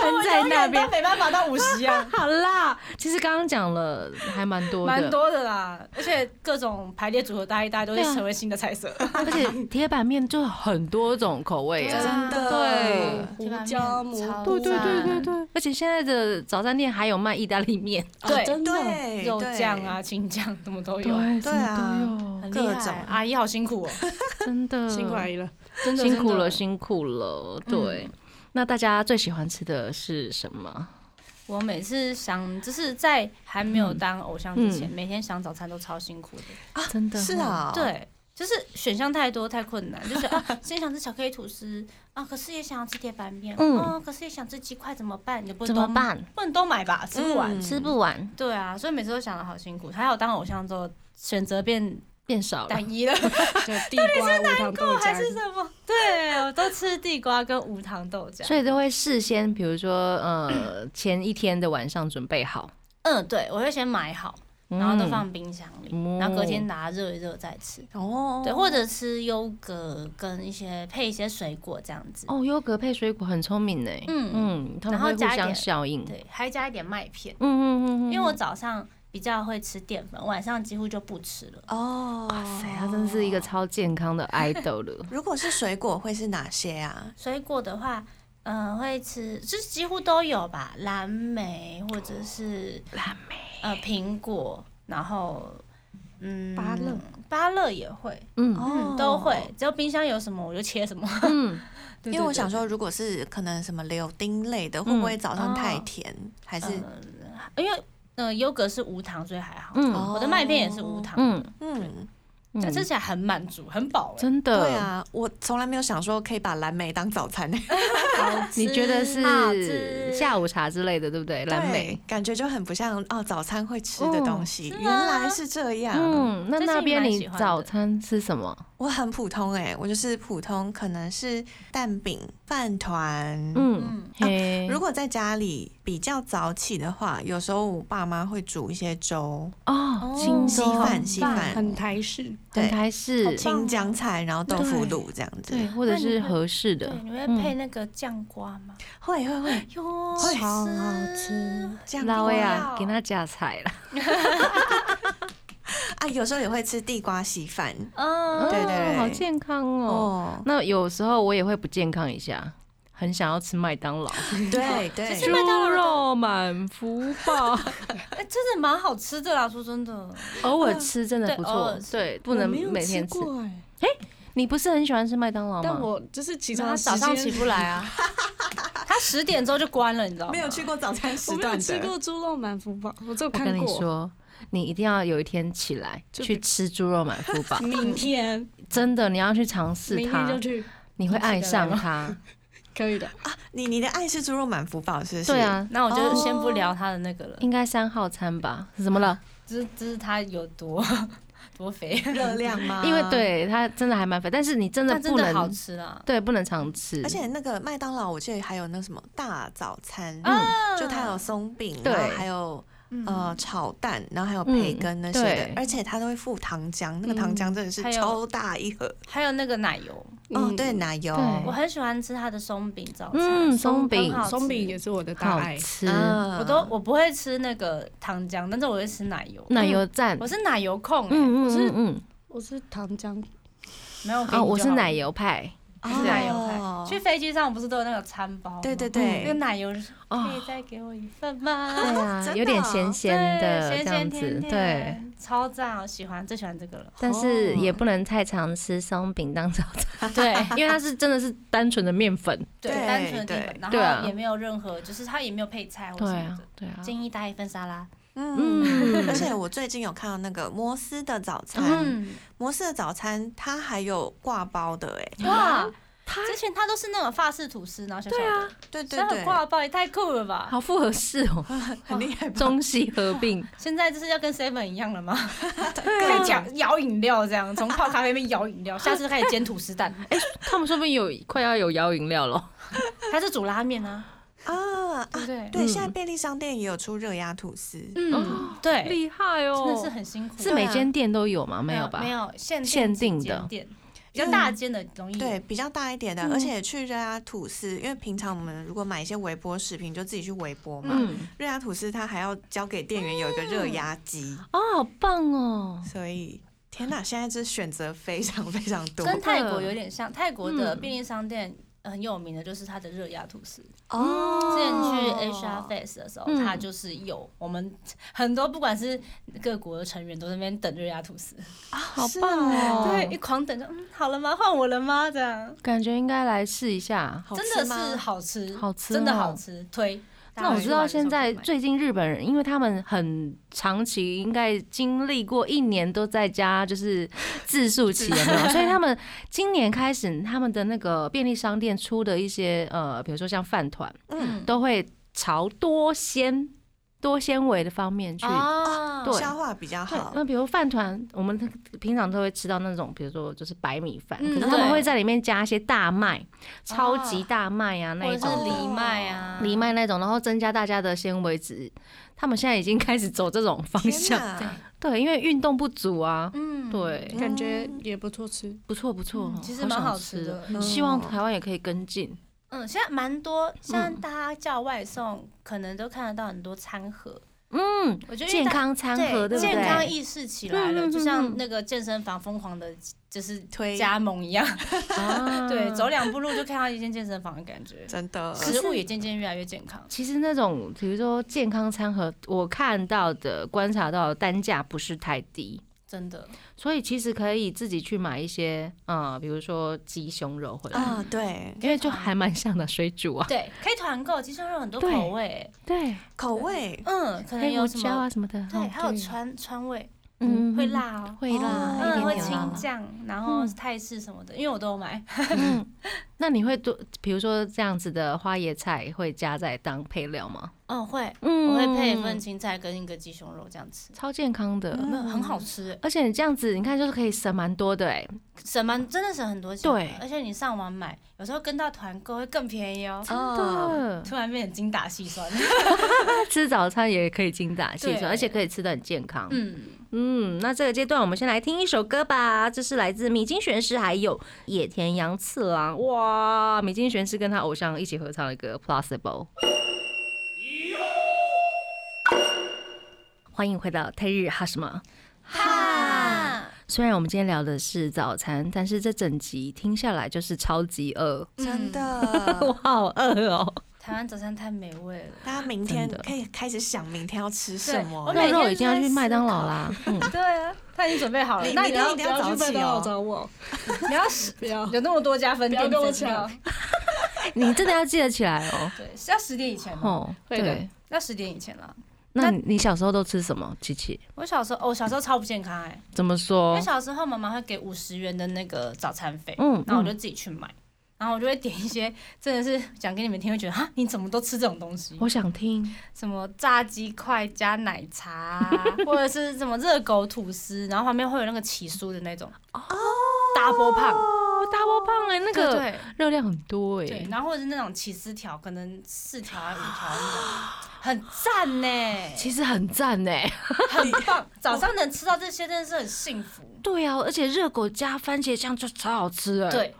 蹲在那边。
没办法到五十啊 样，
好啦，其实刚刚讲了还蛮多的，
蛮多的啦，而且各种排列组合，大家一大家都会
对啊
成为新的菜色。
而且铁板面就很多种口 味
对
啊。
啊
真的。
对
胡椒蘑菇
对对对对对，
而且现在的早餐店还有卖意大利 面，
对啊
哦真的。
对，
肉
对
酱啊、，青酱什么都有，
对啊，
很厉
各
害
种
阿姨好辛苦哦，
真的
辛苦阿 姨了，
啊真的
辛苦了，
真的嗯
辛苦了。对，那大家最喜欢吃的是什么？
我每次想，就是在还没有当偶像之前，
嗯
每天想早餐都超辛苦的。
真的
是，啊，，
对，就是选项太多太困难，就是啊，今天想吃巧克力吐司啊，可是也想要吃铁板面，
嗯
哦，可是也想吃鸡块，怎么办？也不
怎
都
么？办？
不能都买吧，吃不完。
嗯
吃不完
对啊，所以每次都想的好辛苦。还好当偶像之后，选择变
变少了。
单一了，
就地瓜、无糖豆
还是
浆，
什么？对，我都吃地瓜跟无糖豆浆。
所以都会事先，比如说， 呃，前一天的晚上准备好，
嗯，对，我会先买好，
嗯
然后都放冰箱里，
嗯
然后隔天拿热一热再吃。
哦，
对，或者吃优格跟一些配一些水果这样子。
哦，优格配水果很聪明呢。
嗯
嗯，他们
然后
会互
加一
相
点
效应。
对，还加一点麦片，
嗯嗯嗯嗯，
因为我早上比较会吃淀粉，晚上几乎就不吃了。
哦，哇
塞，他真是一个超健康 的 idol 了。
如果是水果会是哪些啊？
水果的话，嗯、会吃，就是几乎都有吧，蓝莓或者是
蓝
莓，呃，苹果，然后嗯，
芭乐，
芭乐也会，
嗯
哦
嗯，都会，只要冰箱有什么我就切什么。
嗯，
对
因为我想，
对
说，如果是可能什么柳丁类的，会不会早上太
哦
甜？还是
对呃因为呃优格是无糖，所以还好。
嗯
我的麦片也是无糖的。
嗯
嗯，
嗯
但吃起来很满足，很饱、欸。
真的，
对啊，我从来没有想说可以把蓝莓当 早餐，
你觉得
好吃
是下午茶之类的，对不对？蓝莓
对，，感觉就很不像哦早餐会吃的东西。
嗯是
原
吗
来是这样，
嗯，那
最近
那边
蛮
你
喜欢的
早餐吃什么？
我很普通哎、我就是普通，可能是蛋饼、饭团。
嗯，嘿，
哦如果在家里比较早起的话，有时候我爸妈会煮一些粥、
哦，
哦
清
稀
粥、
饭、稀饭、
很台式。
很
对，哦
台式，
青江菜，然后豆腐乳这样子。
对，或者是合适的
对，，你
嗯
会配那个酱瓜吗？
会会会，
哟，
会
超好吃，
这样
拉
子
威
哇
啊，给他加菜了，
啊，有时候也会吃地瓜稀饭。
嗯，
对对对
哦好健康哦。
哦，
那有时候我也会不健康一下，很想要吃麦当劳，
对对，
猪肉满福报。
哎、真的蛮好吃的啦，说真的，
偶尔吃真的不
对偶
错
尔吃，
对，不能每天吃。
我没有过哎，
你不是很喜欢吃麦当劳吗？
但我就是起
他
床
早上起
时间
不来啊， 他十点之后就关了，你知道吗？
没有去过早餐时
我没有
段
吃
的。
过猪肉满福堡，我只有
我跟
看
你
过。
说，你一定要有一天起来
就
去吃猪肉满福堡，
明天，
真的，你要去尝试
明天
它
就，去，
你会爱上它。
可以的。
你你的爱是猪肉满福堡是不是？
对，啊，
那我就先不聊他的那个了，
应该三号餐吧？怎么了？
这是这是他有多多肥，
热量吗？
啊因为。对它真的还蛮肥，但是你真的
但真
不
的好
能
吃啊啦。
对不能常吃，
而且那嗯个麦当劳，我记得还有那什么大早餐，
嗯
啊
就它有松饼，
对
然后还有呃炒蛋，然后还有培根那些的
嗯对，
而且它都会附糖浆，那个糖浆真的是
嗯还有
超大一盒。
还有那个奶油，
哦，
嗯
对，奶油。
对
我很喜欢吃他的松饼早餐，
哎嗯松饼
很好吃
松饼也是我的大
好
爱。
吃。
嗯
我都我不会吃那个糖浆，但是我会吃奶油。
奶油赞，
我是奶油控、欸，
嗯
我
嗯
是
嗯
我是糖浆，
没有
嗯，
给
啊，
你
我
就是好
奶，油派
我是奶油派。
哦
去飞机上不是都有那个餐包吗？嗯
对对
那个
对，
奶油就是
哦
可以啊再给我一份吗？
对啊，
真的
有点
哦
咸咸的
对咸
这样
咸
子，
甜
对。
甜，超赞，我喜欢最喜欢这 个了。
但是也不能太常吃松饼当早餐，
对
因为它是真的是单纯的面粉。
对，
对
单纯的
对
地粉，
对
然
啊
后也没有任何，就是它也没有配菜或什
对
么
啊
的。，
对啊。
建议搭一份沙拉。
嗯
嗯，
而且我最近有看到那个摩斯的早餐，
嗯，
摩斯的早餐它还有挂包的，哎，
嗯哇，之前它都是那种法式吐司，然后小小的，
对对
它
对
很，挂包，也太酷了吧！
啊好复合式 哦，
很厉害吧，
中西合 并，
现在就是要跟 seven 一样了吗？
啊
开始讲摇饮料，这样从泡咖啡面摇饮料，下次开始煎吐司蛋，
他们说不定有快要有摇饮料了。
还是煮拉面啊，
啊啊
对，不对？
对，
嗯
现在便利商店也有出热压吐司，
嗯，对，
厉害哦
真的是很辛苦。
是每间店都有吗？没有吧？
嗯没有限定
限定
几间
的
店，比较大间的容易。
对，，比较大一点的，
嗯
而且去热压吐司，因为平常我们如果买一些微波食品，就自己去微波嘛。
嗯，
热压吐司它还要交给店员有一个热压机，
哦，
嗯
好棒哦。
所以天哪，现在这选择非常非常多
跟泰国有点像，泰国的
嗯
便利商店。很有名的就是它的热压吐司。之前去
哦
HR Face 的时候，
嗯
它就是有我们 很多不管是各国的成员都在那边等热压吐司，
好棒哦！
对，一，狂等着，嗯，好了吗？换我了吗？这样
感觉应该来试一下。
好
真的
吃吗
是好吃，
好吃
真的
哦
好吃，推。
那我知道现在
大家去玩的时候可以
最
买
近日本人，因为他们很长期应该经历过一年都在家就是自述期，有没有？所以他们今年开始，他们的那个便利商店出的一些呃，比如说像饭团，
嗯
都会朝多纤多纤维的方面去。
啊，
对
消化比较
对
好，
那比如饭团，我们平常都会吃到那种，比如说就是白米饭，可
嗯
是他们
对哦
会在里面加一些大麦、超级大麦啊那
或
一
者是
种。嗯
藜麦啊，
藜麦那种，然后增加大家的纤维质，他们现在已经开始走这种方
天
向，
哪
对，因为运动不足啊，
嗯，
对，
感觉也不错吃。
不错不错
嗯，其实蛮好
好
吃
吃，哦
的。
嗯
希望台湾也可以跟进，
嗯，现在蛮多，
嗯
像大家叫外送，可能都看得到很多餐盒。
嗯，
我觉得
健
大
康餐盒对不对？
健康意识起来了，
嗯嗯嗯
就
嗯
像那个健身房疯狂的，就是
推
加盟一样。
啊
对，走两步路就看到一间健身房的感觉，
真的
食物也渐渐越来越健康。
其实那种比如说健康餐盒，我看到的、观察到的单价不是太低，
真的，
所以其实可以自己去买一些，呃，比如说鸡胸肉回来，
啊，对，
因为就还蛮像的水煮啊，
对，可以团购，鸡胸肉很多
对
口味，
对，
口味
嗯，可能
黑
有
胡
什
椒
么
啊，什么的，
对，
哦
还有
对
川川味，
嗯
会，辣哦，
会辣，
哦
一
嗯，
点
会
点辣
青。酱，然后泰式什么的，因为我都有买。
嗯，那你会多，比如说这样子的花椰菜会加在当配料吗？
嗯，会，
嗯嗯
我会配一份青菜跟一个鸡胸肉这样吃，
超健康的。
有没有很好吃欸？
而且你这样子，你看就是可以省蛮多的哎、
省蛮真的省很多钱，啊
对
而且你上网买，有时候跟到团购会更便宜
嗯
哦。
啊，
突然变得精打细算，
吃早餐也可以精打细算，
对
而且可以吃的很健康。嗯
嗯，
那这个阶段我们先来听一首歌吧，这是来自米津玄师还有野田洋次郎。哇，米津玄师跟他偶像一起合唱的歌《Plausible》。欢迎回到泰日哈什么？
哈，
虽然我们今天聊的是早餐，但是这整集听下来就是超级饿，
真
嗯，
的
我好饿哦。
台湾早餐太美味了。
大家明天
真的
可以开始想明天要吃什么
对我
肉
每
了。
天
肉已经要
在
去
思
麦当劳
考
啦，嗯，
对啊，他已经准备好了。
你
那
你
你
一
要
定
不
要
要
早
去
麦
起
当劳
哦。
找我，
你要
不要
有那么多家分
不要
店，
跟我
真的
抢，
你真的要记得起来哦。
对，是要十点以前吗？
哦，
会的
对，
要十点以前了。
那
那
你你小时候都吃什么？琪琪
我小时候，哦我小时候超不健康哎、
怎么
因
说
为？小时候妈妈会给五十元的那个早餐费，
嗯
然后我就
嗯
自己去买，然后我就会点一些，真的是讲给你们听，会觉得啊，你怎么都吃这种东西？
我想听，
什么炸鸡块加奶茶啊，或者是什么热狗吐司，然后旁边会有那个起酥的那种哦，double 胖，
哦，大波胖哎，那
对
个
对
热量很多哎，
对，然后或者是那种起司条，可能四条啊还是五条那
啊
种，很赞呢，
其实很赞哎。
很棒。早上能吃到这些真的是很幸福。
对啊，而且热狗加番茄酱就超好吃哎，，
对，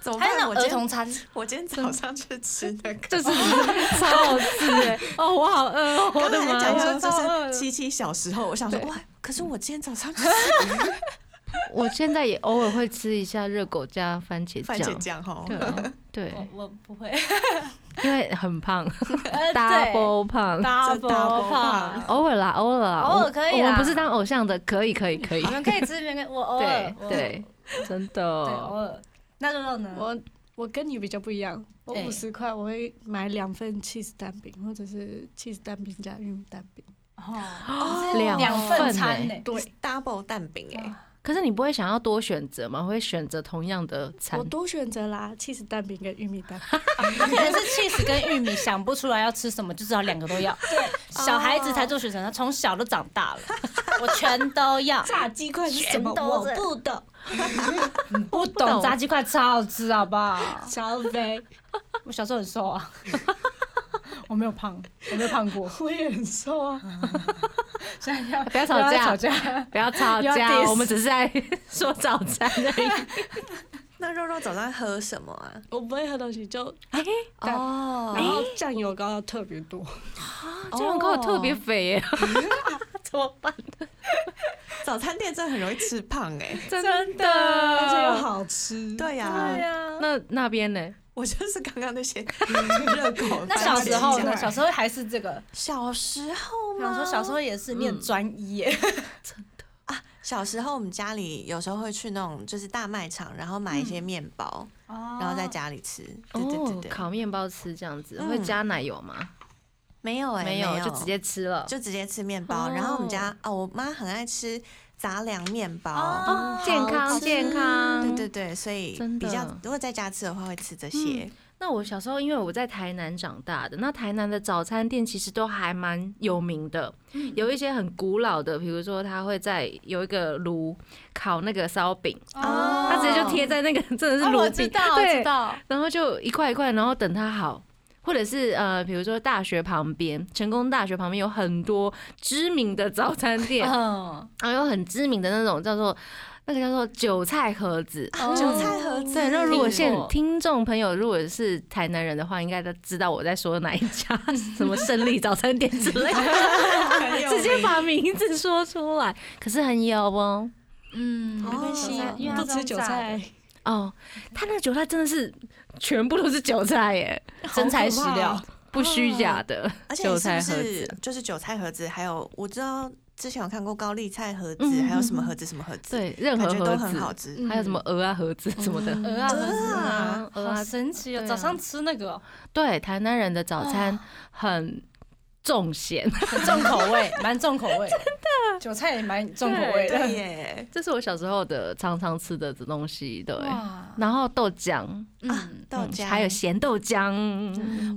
怎么
还有那
办？我
种儿
今
童
天
餐，
我今天早上去吃那个。
就是超好吃哎。哦，我好饿哦， 我
刚
的
才
妈
讲
呀！
说 就是七七小时候，我想说
对
哇，可是我今天早 上吃
我现在也偶尔会吃一下热狗加番茄
番茄酱哈，
对啊对
我，我不会
因为很胖
呃 对
，double 胖。
这
double 胖
double 胖。
偶尔啦，偶尔啦，
偶尔
我
可以
我们
啦
不是当偶像的，可以，可以，可以
你。们可以吃别人，我偶尔
对，哦对，真
我对偶
的。
尔。那肉肉呢？
我我跟你比较不一样，我
哎
五十块我会买两份 cheese 蛋饼，或者是 cheese 蛋饼加玉米蛋饼。
哦
两
两
份
份餐
欸
呢，
对，double 蛋饼哎，
可是你不会想要多选择吗？会选择同样的餐
我？多选择啦，cheese 蛋饼跟玉米蛋饼。
可能是 cheese 跟玉米想不出来要吃什么，就知道两个都要。对， 小孩子才做选择，他从小都长 大了，我全都要。
炸鸡块是什么？
全都
我
是
不 懂。
不懂炸鸡块超好吃，好不好？
小肥，
我小时候很瘦啊，我没有胖，我没有胖过。
我也很瘦 啊。
现在要
不要吵架
又吵架。
不要吵
不要
架，
diss
我们只是在 说早餐而已。
那肉肉早上喝什么啊？
我不会喝东西，就
哎
蛋然
哦，
后酱油膏要特别 多。
这样跟我特别肥耶，怎么办？
早餐店真的很容易吃胖哎。
嗯真
而且又
的。
好吃。
对
对
啊
呀，
哎呀。
那那边呢？
我就是刚刚那些热 狗。
那小时候
番茄
呢？
酱
小时候还是这个，
小时候
我
吗？
想说小时候也是念专一耶，
小时候我们家里有时候会去那种就是大卖场，然后买一些面包，然
然
后在家里吃。对对对
嗯哦，
对，
烤面包吃这样子，
嗯
会加奶油吗？
没有哎，
没有，就直接吃了。
就直接吃面包。然后我们家哦，我妈很爱吃杂粮面包。
哦，健康健康。
对对对，所以
真的
比较如果在家吃的话，会吃这些。
那我小时候因为我在台南长大的，那台南的早餐店其实都还蛮有名的，
嗯
有一些很古老的，比如说它会在有一个炉烤那个烧饼，
哦
它直接就贴在那个真的是
哦
炉
我
壁，
知道，我
对
知道，
然后就一块一块，然后等它好。或者是呃，比如说大学旁边，成功大学旁边有很多知名的早餐店，
嗯，
然后有很知名的那种叫做那个叫做韭菜盒子，
哦
啊韭菜盒子，
对，那如果
听
现
过
听众朋友如果是台南人的话，应该都知道我在说哪一家，什么胜利早餐店之类 的， 直接把名字说出来。可是很有哦，
嗯，
没关系
哦因为它
不
是用
吃韭
炸的
菜，
哦，他那个韭菜真的是全部都是韭菜耶，
真材实料
好，
不虚假的
而且
韭
是不
菜盒
是
子。
就是韭菜盒子？还有我知道之前有看过高丽菜盒子，
嗯
还有什么盒子什么盒子，
对，任何
感觉
盒
都很好
子，
吃。
还有什么鹅啊盒子什么的，
鹅啊，
真的
啊
啊，
鹅啊
好神奇哦！
对啊
早上吃那个哦
对，台南人的早餐很重咸，
很重口味，蛮重口味，真的，韭菜也蛮重口味
对
的。
耶，
这是我小时候的常常吃的东西，对。
哇，
然后豆浆，
嗯，
豆
嗯
浆
还有咸豆浆，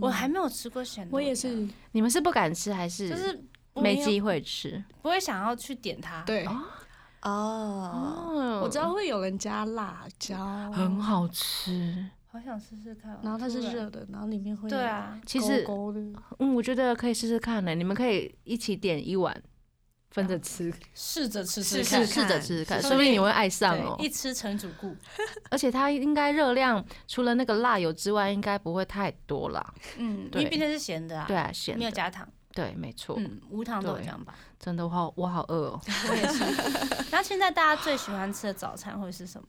我还没有吃过咸的，
嗯我也是，
你们是不敢吃还是
就是我
没
有
机会吃？
不会想要去点它。，
对，
哦，
哦
我知道会有人加辣椒，
很好吃，
好想试试看哦。
然后它是
突
热的，然后里面会有
对啊，
其实
勾勾的，
嗯，我觉得可以试试看呢，你们可以一起点一碗，分着吃，
试着吃吃
试
看
看。
嗯试着试试看，
试试看
说不定你会爱上哦
对，。一吃成主顾，
而且它应该热量除了那个辣油之外，应该不会太多啦。
嗯，因
对
为毕竟是咸的啊，
对，啊，咸
没有
的，
加糖，
对，没错，
嗯，无糖豆
对
浆吧。
真的话我好饿哦。
我也是。那现在大家最喜欢吃的早餐会是什么？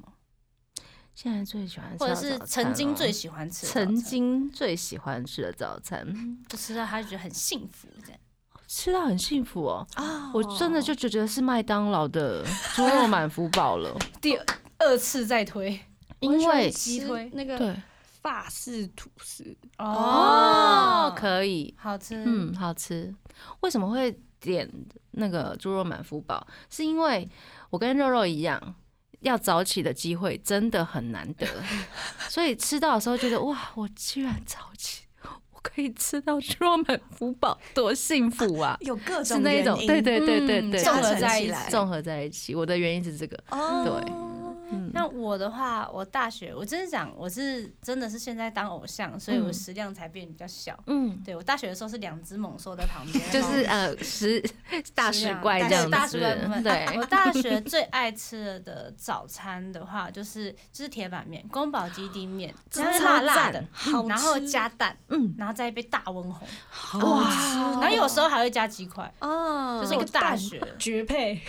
现在最喜欢吃
或者
到
是
早餐
曾经
了
最喜欢吃的早餐，
曾经最喜欢吃的早餐，
就吃到他就觉得很幸福这样。
嗯吃到很幸福哦。
啊
我真的就觉得是麦当劳的猪肉满福堡了，
第二次再推
因为
鸡腿那个
对
法式吐司，
哦，可以，
好吃，
嗯，好吃。为什么会点那个猪肉满福堡？是因为我跟肉肉一样，要早起的机会真的很难得，所以吃到的时候觉得哇，我居然早起，我可以吃到猪肉满福堡，多幸福 啊！
有各
是
种
那一种，
原因
对对对对对，
嗯综
加
合
成
在
起
一
来
起
综合在一起。我的原因是这个，
哦，
对嗯，
那我的话，我大学我真的讲，我是真的是现在当偶像，所以我
嗯
食量才变得比较小。
嗯，
对我大学的时候是两只猛兽在旁边，
就是呃，食大
食
食
量
怪
啊大
这样
食大食
子
怪部分，我
啊
对，
大学最爱吃的早餐的话，就是就是铁板面、宫保鸡丁面，
真
它
的
是辣辣的，嗯
好
然后
吃
加蛋，
嗯，哦
然后再一杯大温红，
好
哇
然后有时候还会加鸡块，
嗯
哦，
这是我 大学，
绝配，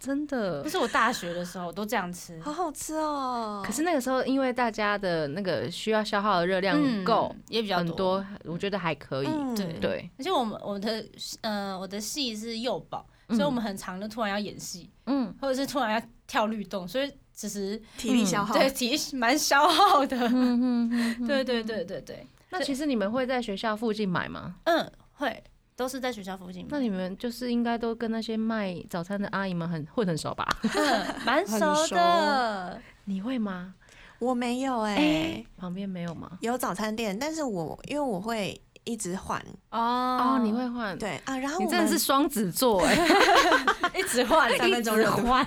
真的
这。是我大学的时候我都这样吃，
好好吃哦。
可是那个时候，因为大家的那个需要消耗的热量
嗯
够、
也比较
很多，我觉得还可以。
嗯
对
对，
而且我们我的呃我的戏是幼保，所以我们很常就突然要演戏，
嗯，
或者是突然要跳律动，所以其实
体力消耗，
对体力蛮消耗的。
嗯嗯
对对对对对，
那其实你们会在学校附近买吗？
嗯，会都是在学校附近买。
那你们就是应该都跟那些卖早餐的阿姨们很混很熟吧？
嗯蛮熟
很熟
的，
你会吗？
我没有哎、
旁边没有吗？
有早餐店，但是我因为我会一直换，
哦
哦，你会换？
对啊，然后
你
我
真的
们
是双子 座哎、
啊一直换
三分钟热度
换。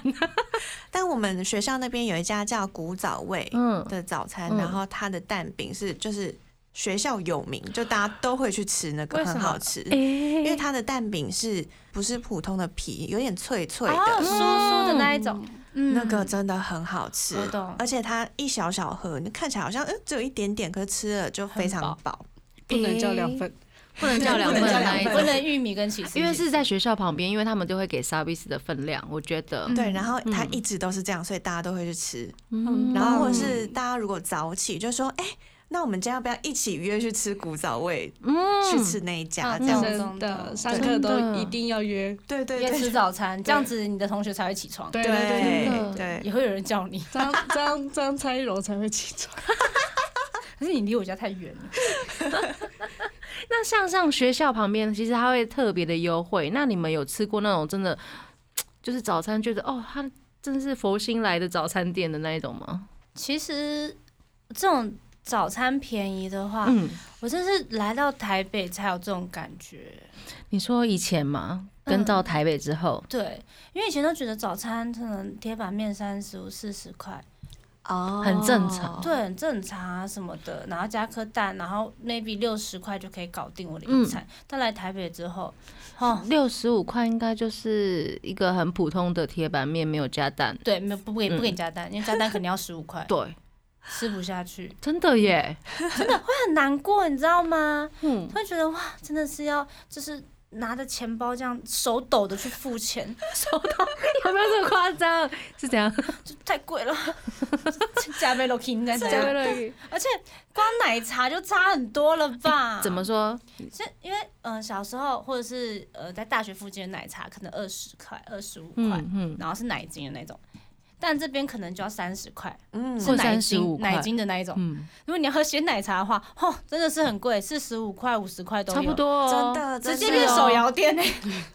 但我们学校那边有一家叫古早味
嗯，
的早餐，
嗯
然后它的蛋饼是就是学校有名，就大家都会去吃那个，
为什
很
么
好吃。
因
因为它的蛋饼是不是普通的皮，有点脆脆的，
啊
嗯
哦，
嗯
酥酥的那一种，嗯
那个真哎的很好吃。
我懂
而且它一小小盒，你看起来好像呃只有一点点，可是吃了就非常
很
饱。
不能叫两份，
不能叫两份
不能
的
叫
那
两
一
份
不
种，
能玉米跟起司，
因为是在学校旁边，因为他们都会给 service 的分量，我觉得。
对，然后它
嗯
一直都是这样，所以大家都会去吃。
嗯
然后或者是大家如果早起，就说哎、那我们今天要不要一起约去吃古早味？
嗯
去吃那一家
啊
这
懂
样
懂
子。
真
懂
的，
懂
上课都一定要约，
对对
也吃
对
早餐，这样子你的同学才会起床，
对对对对，
对
真的
对，
也会有人叫 你。
这样这样这样蔡依柔才会起床。
可是你离我家太远了，
那像上学校旁边，其实它会特别的优惠。那你们有吃过那种真的，就是早餐觉得哦，它真是佛心来的早餐店的那一种吗？
其实这种早餐便宜的
啊
话，
嗯，
我真是来到台北才有这种感觉。
你说以前嘛，
嗯
跟到台北之后，
对，因为以前都觉得早餐可能铁板面三十五、四十块，
哦
很正常
对，很正常啊什么的，然后加颗蛋，然后 maybe 六十块就可以搞定我
嗯
的一餐。但来台北之后，哦，
六十五块应该就是一个很普通的铁板面，没有加蛋。
对，没有不给不
嗯，
给你加蛋，因为加蛋肯定要十五块
对，
吃不下去，
真的耶。
会很难过，你知道吗？
嗯，
会觉得哇，真的是要就是拿着钱包这样手抖的去付钱，
有没有这么夸张？是怎样？
就太贵 了，加倍 l o k i n 在
加倍
这，而且光奶茶就差很多了
啊
吧？
哎怎么说？
是因为嗯、呃小时候或者是呃在大学附近的奶茶可能二十块、二十五块，
嗯嗯，
然后是奶精的那种，但这边可能就要三十块，
嗯
或
是奶
35
精
块
奶精的那一种。
嗯，
如果你要喝鲜奶茶的话，吼，真的是很贵，四十五块、五十块都有
差不，多、哦，
真的
直接
真的
变手 摇店呢、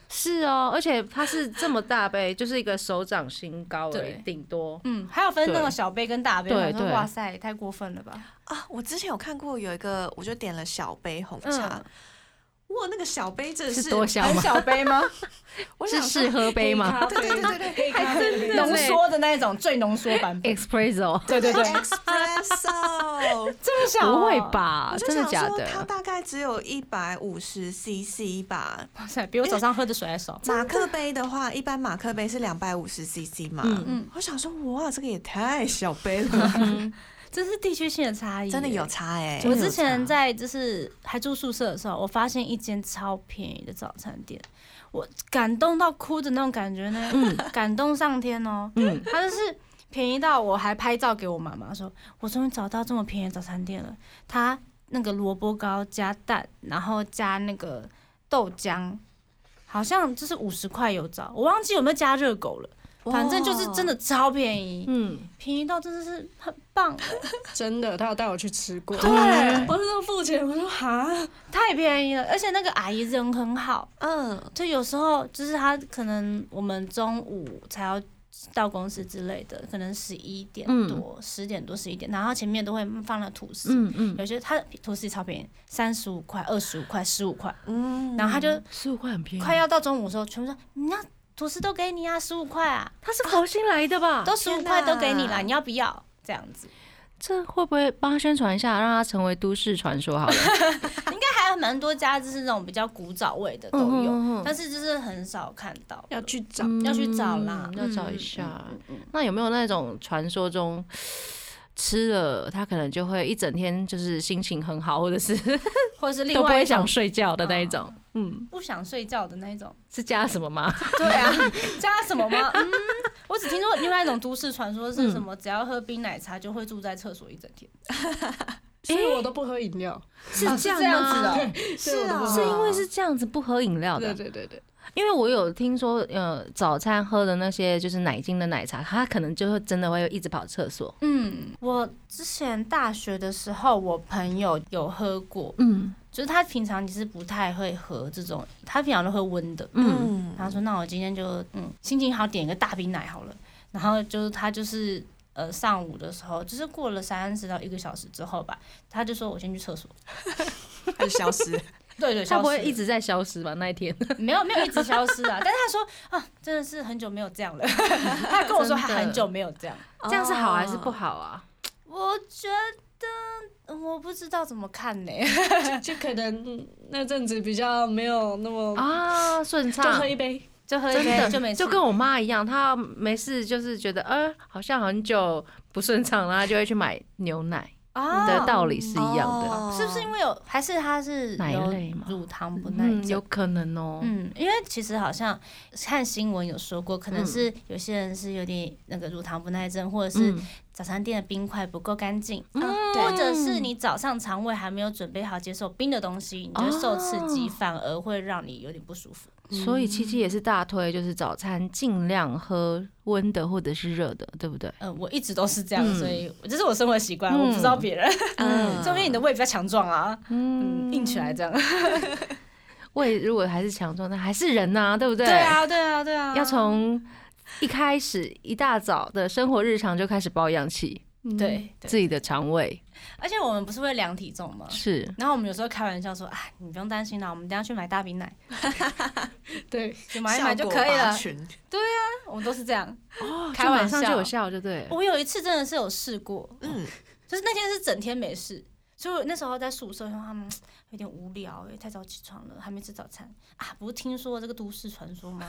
是哦，而且它是这么大杯，就是一个手掌心高而已
对，
顶多。
嗯，还有分那
对
种小杯跟大杯，
对
我想
对
说哇塞，太过分了吧？
啊！我之前有看过有一个，我就点了小杯红茶。哇，那个小杯真的
是多小
很
吗？
小杯吗？
我
是
想
试
说，
喝杯吗
对对对对对
还真
的
浓缩的那一种，最浓缩 版本。
？Espresso？
对对对，
，espresso，
这么小、
不会？吧
我？就
啊真的
想
假
说它
的？
大概只有一百五十 CC 吧。
哇塞，比我早上喝的水还少。
马克杯的话，一般马克杯是两百五十 CC 嘛。
嗯
嗯，
我想说，哇，这个也太小杯 了，
这是地区性的差异，
真的有。差哎、
我之前在就是还住宿舍的时候，我发现一间超便宜的早餐店，
嗯
我感动到哭的那种感觉呢，感动上天哦。
嗯
它就是便宜到我还拍照给我妈妈说，我终于找到这么便宜的早餐店了。它那个萝卜糕加蛋，然后加那个豆浆，好像就是五十块有找，我忘记有没有加热狗了。反正就是真的超便宜，
嗯，
便宜到真的是很棒，
真的，他有带我去吃过。
对，
我那时候付钱，我说哈，
太便宜了。而且那个阿姨人很好，
嗯，
就有时候就是她可能我们中午才要到公司之类的，可能十一点多、十、点多、十一点，然后前面都会放了吐司，
嗯嗯，
有些它吐司也超便宜，三十五块、二十五块、十五块，
嗯
然后她就
十五块很便宜，
快要到中午的时候，全部说你要吐司都给你啊，十五块啊，
他是佛心来的吧？
都十五
哦天
块都给你
哪
啦，你要不要？这样子
这会不会帮他宣传一下，让他成为都市传说好了？
应该还有蛮多家就是那种比较古早味的都
嗯
有，
有
但是就是很少看到。
要去找。
要去找啦
嗯要找一下。那有没有那种传说中吃了他可能就会一整天就是心情很好，或者是
或者是另
都不
外
会
一种
想睡觉的那一种？嗯，
不想睡觉的那一种。
是加了什么吗？
对啊， 加什么吗？嗯，我只听说另外一种都市传说是什么，只要喝冰奶茶就会住在厕所一整天，
所以我都不喝饮料。
哦是
是这样子哦
吗
的。
是啊
是因
哦
为是这样子不喝饮料
对
的，
对对对，
因为我有听说，呃，早餐喝的那些就是奶精的奶茶，他可能就会真的会一直跑厕所。
嗯，我之前大学的时候，我朋友有喝过，
嗯
就是他平常其实不太会喝这种，他平常都喝温的。
嗯，
然后说：“那我今天就嗯心情好，点一个大冰奶好了。”然后就是他就是呃上午的时候，就是过了三十到一个小时之后吧，他就说：“我先去厕所。
它就消失了。”
对对，
他不会
消失
一直在消失吧？那一天
没有没有一直消失啊，但是他说啊，真的是很久没有这样了。 他跟我说他
真的
很久没有这样，
这样是好还是不好啊？
我觉得嗯我不知道怎么看呢、
就可能那阵子比较没有那么，
啊，顺
就
畅，
喝一杯。
就喝一
真的
杯就没事，
就跟我妈一样，她没事就是觉得，呃，好像很久不顺畅，然后她就会去买牛奶
啊
的道理是一样的。
哦
是不是因为有还是他是
奶
有
类嘛
乳糖不耐
嗯，有
症？
可能哦、
嗯，因为其实好像看新闻有说过，可能是有些人是有点那个乳糖不耐症，或者是
嗯
早餐店的冰块不够干净，啊
嗯
或者是你早上肠胃还没有准备好接受冰的东西，你就受刺激，反而会让你有点不舒服。
所以七七
嗯
也是大推，就是早餐尽量喝温的或者是热的，对不对？
嗯，我一直都是这样，
嗯
所以这是我生活习惯，
嗯
我不知道别人。
嗯
说不定你的胃比较强壮啊，嗯，硬起来这样。
胃如果还是强壮，那还是人呐、对不对？
对，啊，对啊，对啊，
要从一开始一大早的生活日常就开始保养起
对对，
自己的肠胃，
而且我们不是会量体重吗？
是
然后我们有时候开玩笑说，哎，你不用担心啦，我们等一下去买大冰奶，
对，
就买一买就可以
效果
了
拔。群
我们都是这样。
哦
开玩
就马上
笑哦
就有效，就对了。
我有一次真的是有试过，哦
嗯，
就是那天是整天没事，所以我那时候在宿舍，然后他们有点无聊，欸也太早起床了，还没吃早餐啊。不是听说这个都市传说吗？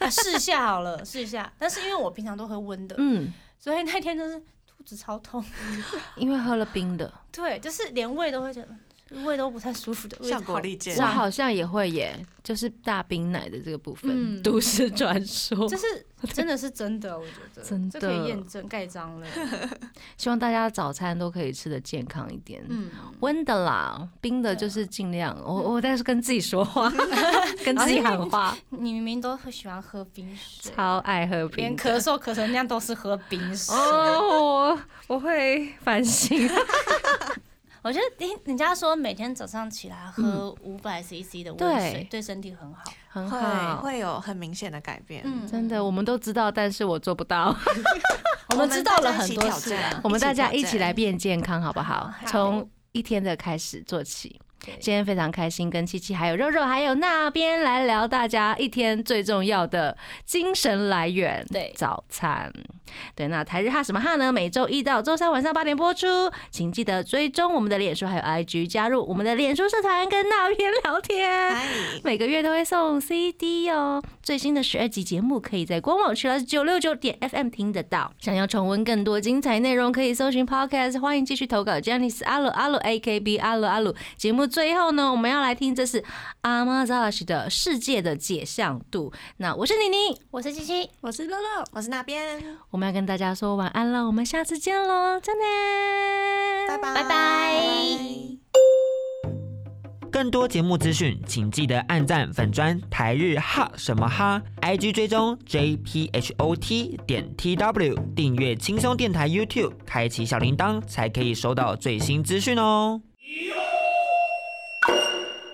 啊试、一下好了，试一下。但是因为我平常都喝温的，
嗯，
所以那天就是肚子超痛，
因为喝了冰的，
对，就是连胃都会觉得胃都不太舒服的味
效
道。
果力见
我。好像也会耶，就是大冰奶的这个部分，
嗯
都市传说
这。是真的是真的，我觉得
真
这可以
的
验证盖章了。
希望大家早餐都可以吃的健康一点。
嗯，
温的啦，冰的就是尽量。我我但是跟自己说 话，跟自己喊话，
你明明都会喜欢喝冰水，
超爱喝冰
连
的。
咳嗽咳成那样都是喝冰水。
哦，我我会反省。
我觉得，诶，人家说每天早上起来喝五百 CC 的温水，
对
嗯对身体很好。
很
会
好，
会有很明显的改变，
嗯，
真的，我们都知道，但是我做不到。
我
我
们
们
知道了很多
大家一起
事
挑
啊
战。
我们大家
一
一
起挑
起
战
来变健康，好不好？从一天的开始做起。今天非常开心，跟七七还有肉肉还有那边来聊大家一天最重要的精神来源——
对
早餐。对，那台日哈什么哈呢？每周一到周三晚上八点播出，请记得追踪我们的脸书还有 IG，加入我们的脸书社团，跟那边聊天。
嗨，
每个月都会送 CD 哦。最新的十二集节目可以在官网去了九六九点 FM 听得到。想要重温更多精彩内容，可以搜寻 Podcast。欢迎继续投稿 j a n i c e 阿鲁阿鲁 AKB 阿鲁阿鲁节目最后呢，我们要来听这是阿玛扎拉什的《世界的解像度》。那我是妮妮，
我是七七，
我是乐乐，
我是那边，
我们要跟大家说晚安了，我们下次见喽，再见，
拜拜
拜拜
更多节目资讯，请记得按赞粉砖台日哈什么哈，IG 追踪 JPHOT 点 TW，订阅轻松电台 YouTube，开启小铃铛才可以收到最新资讯哦。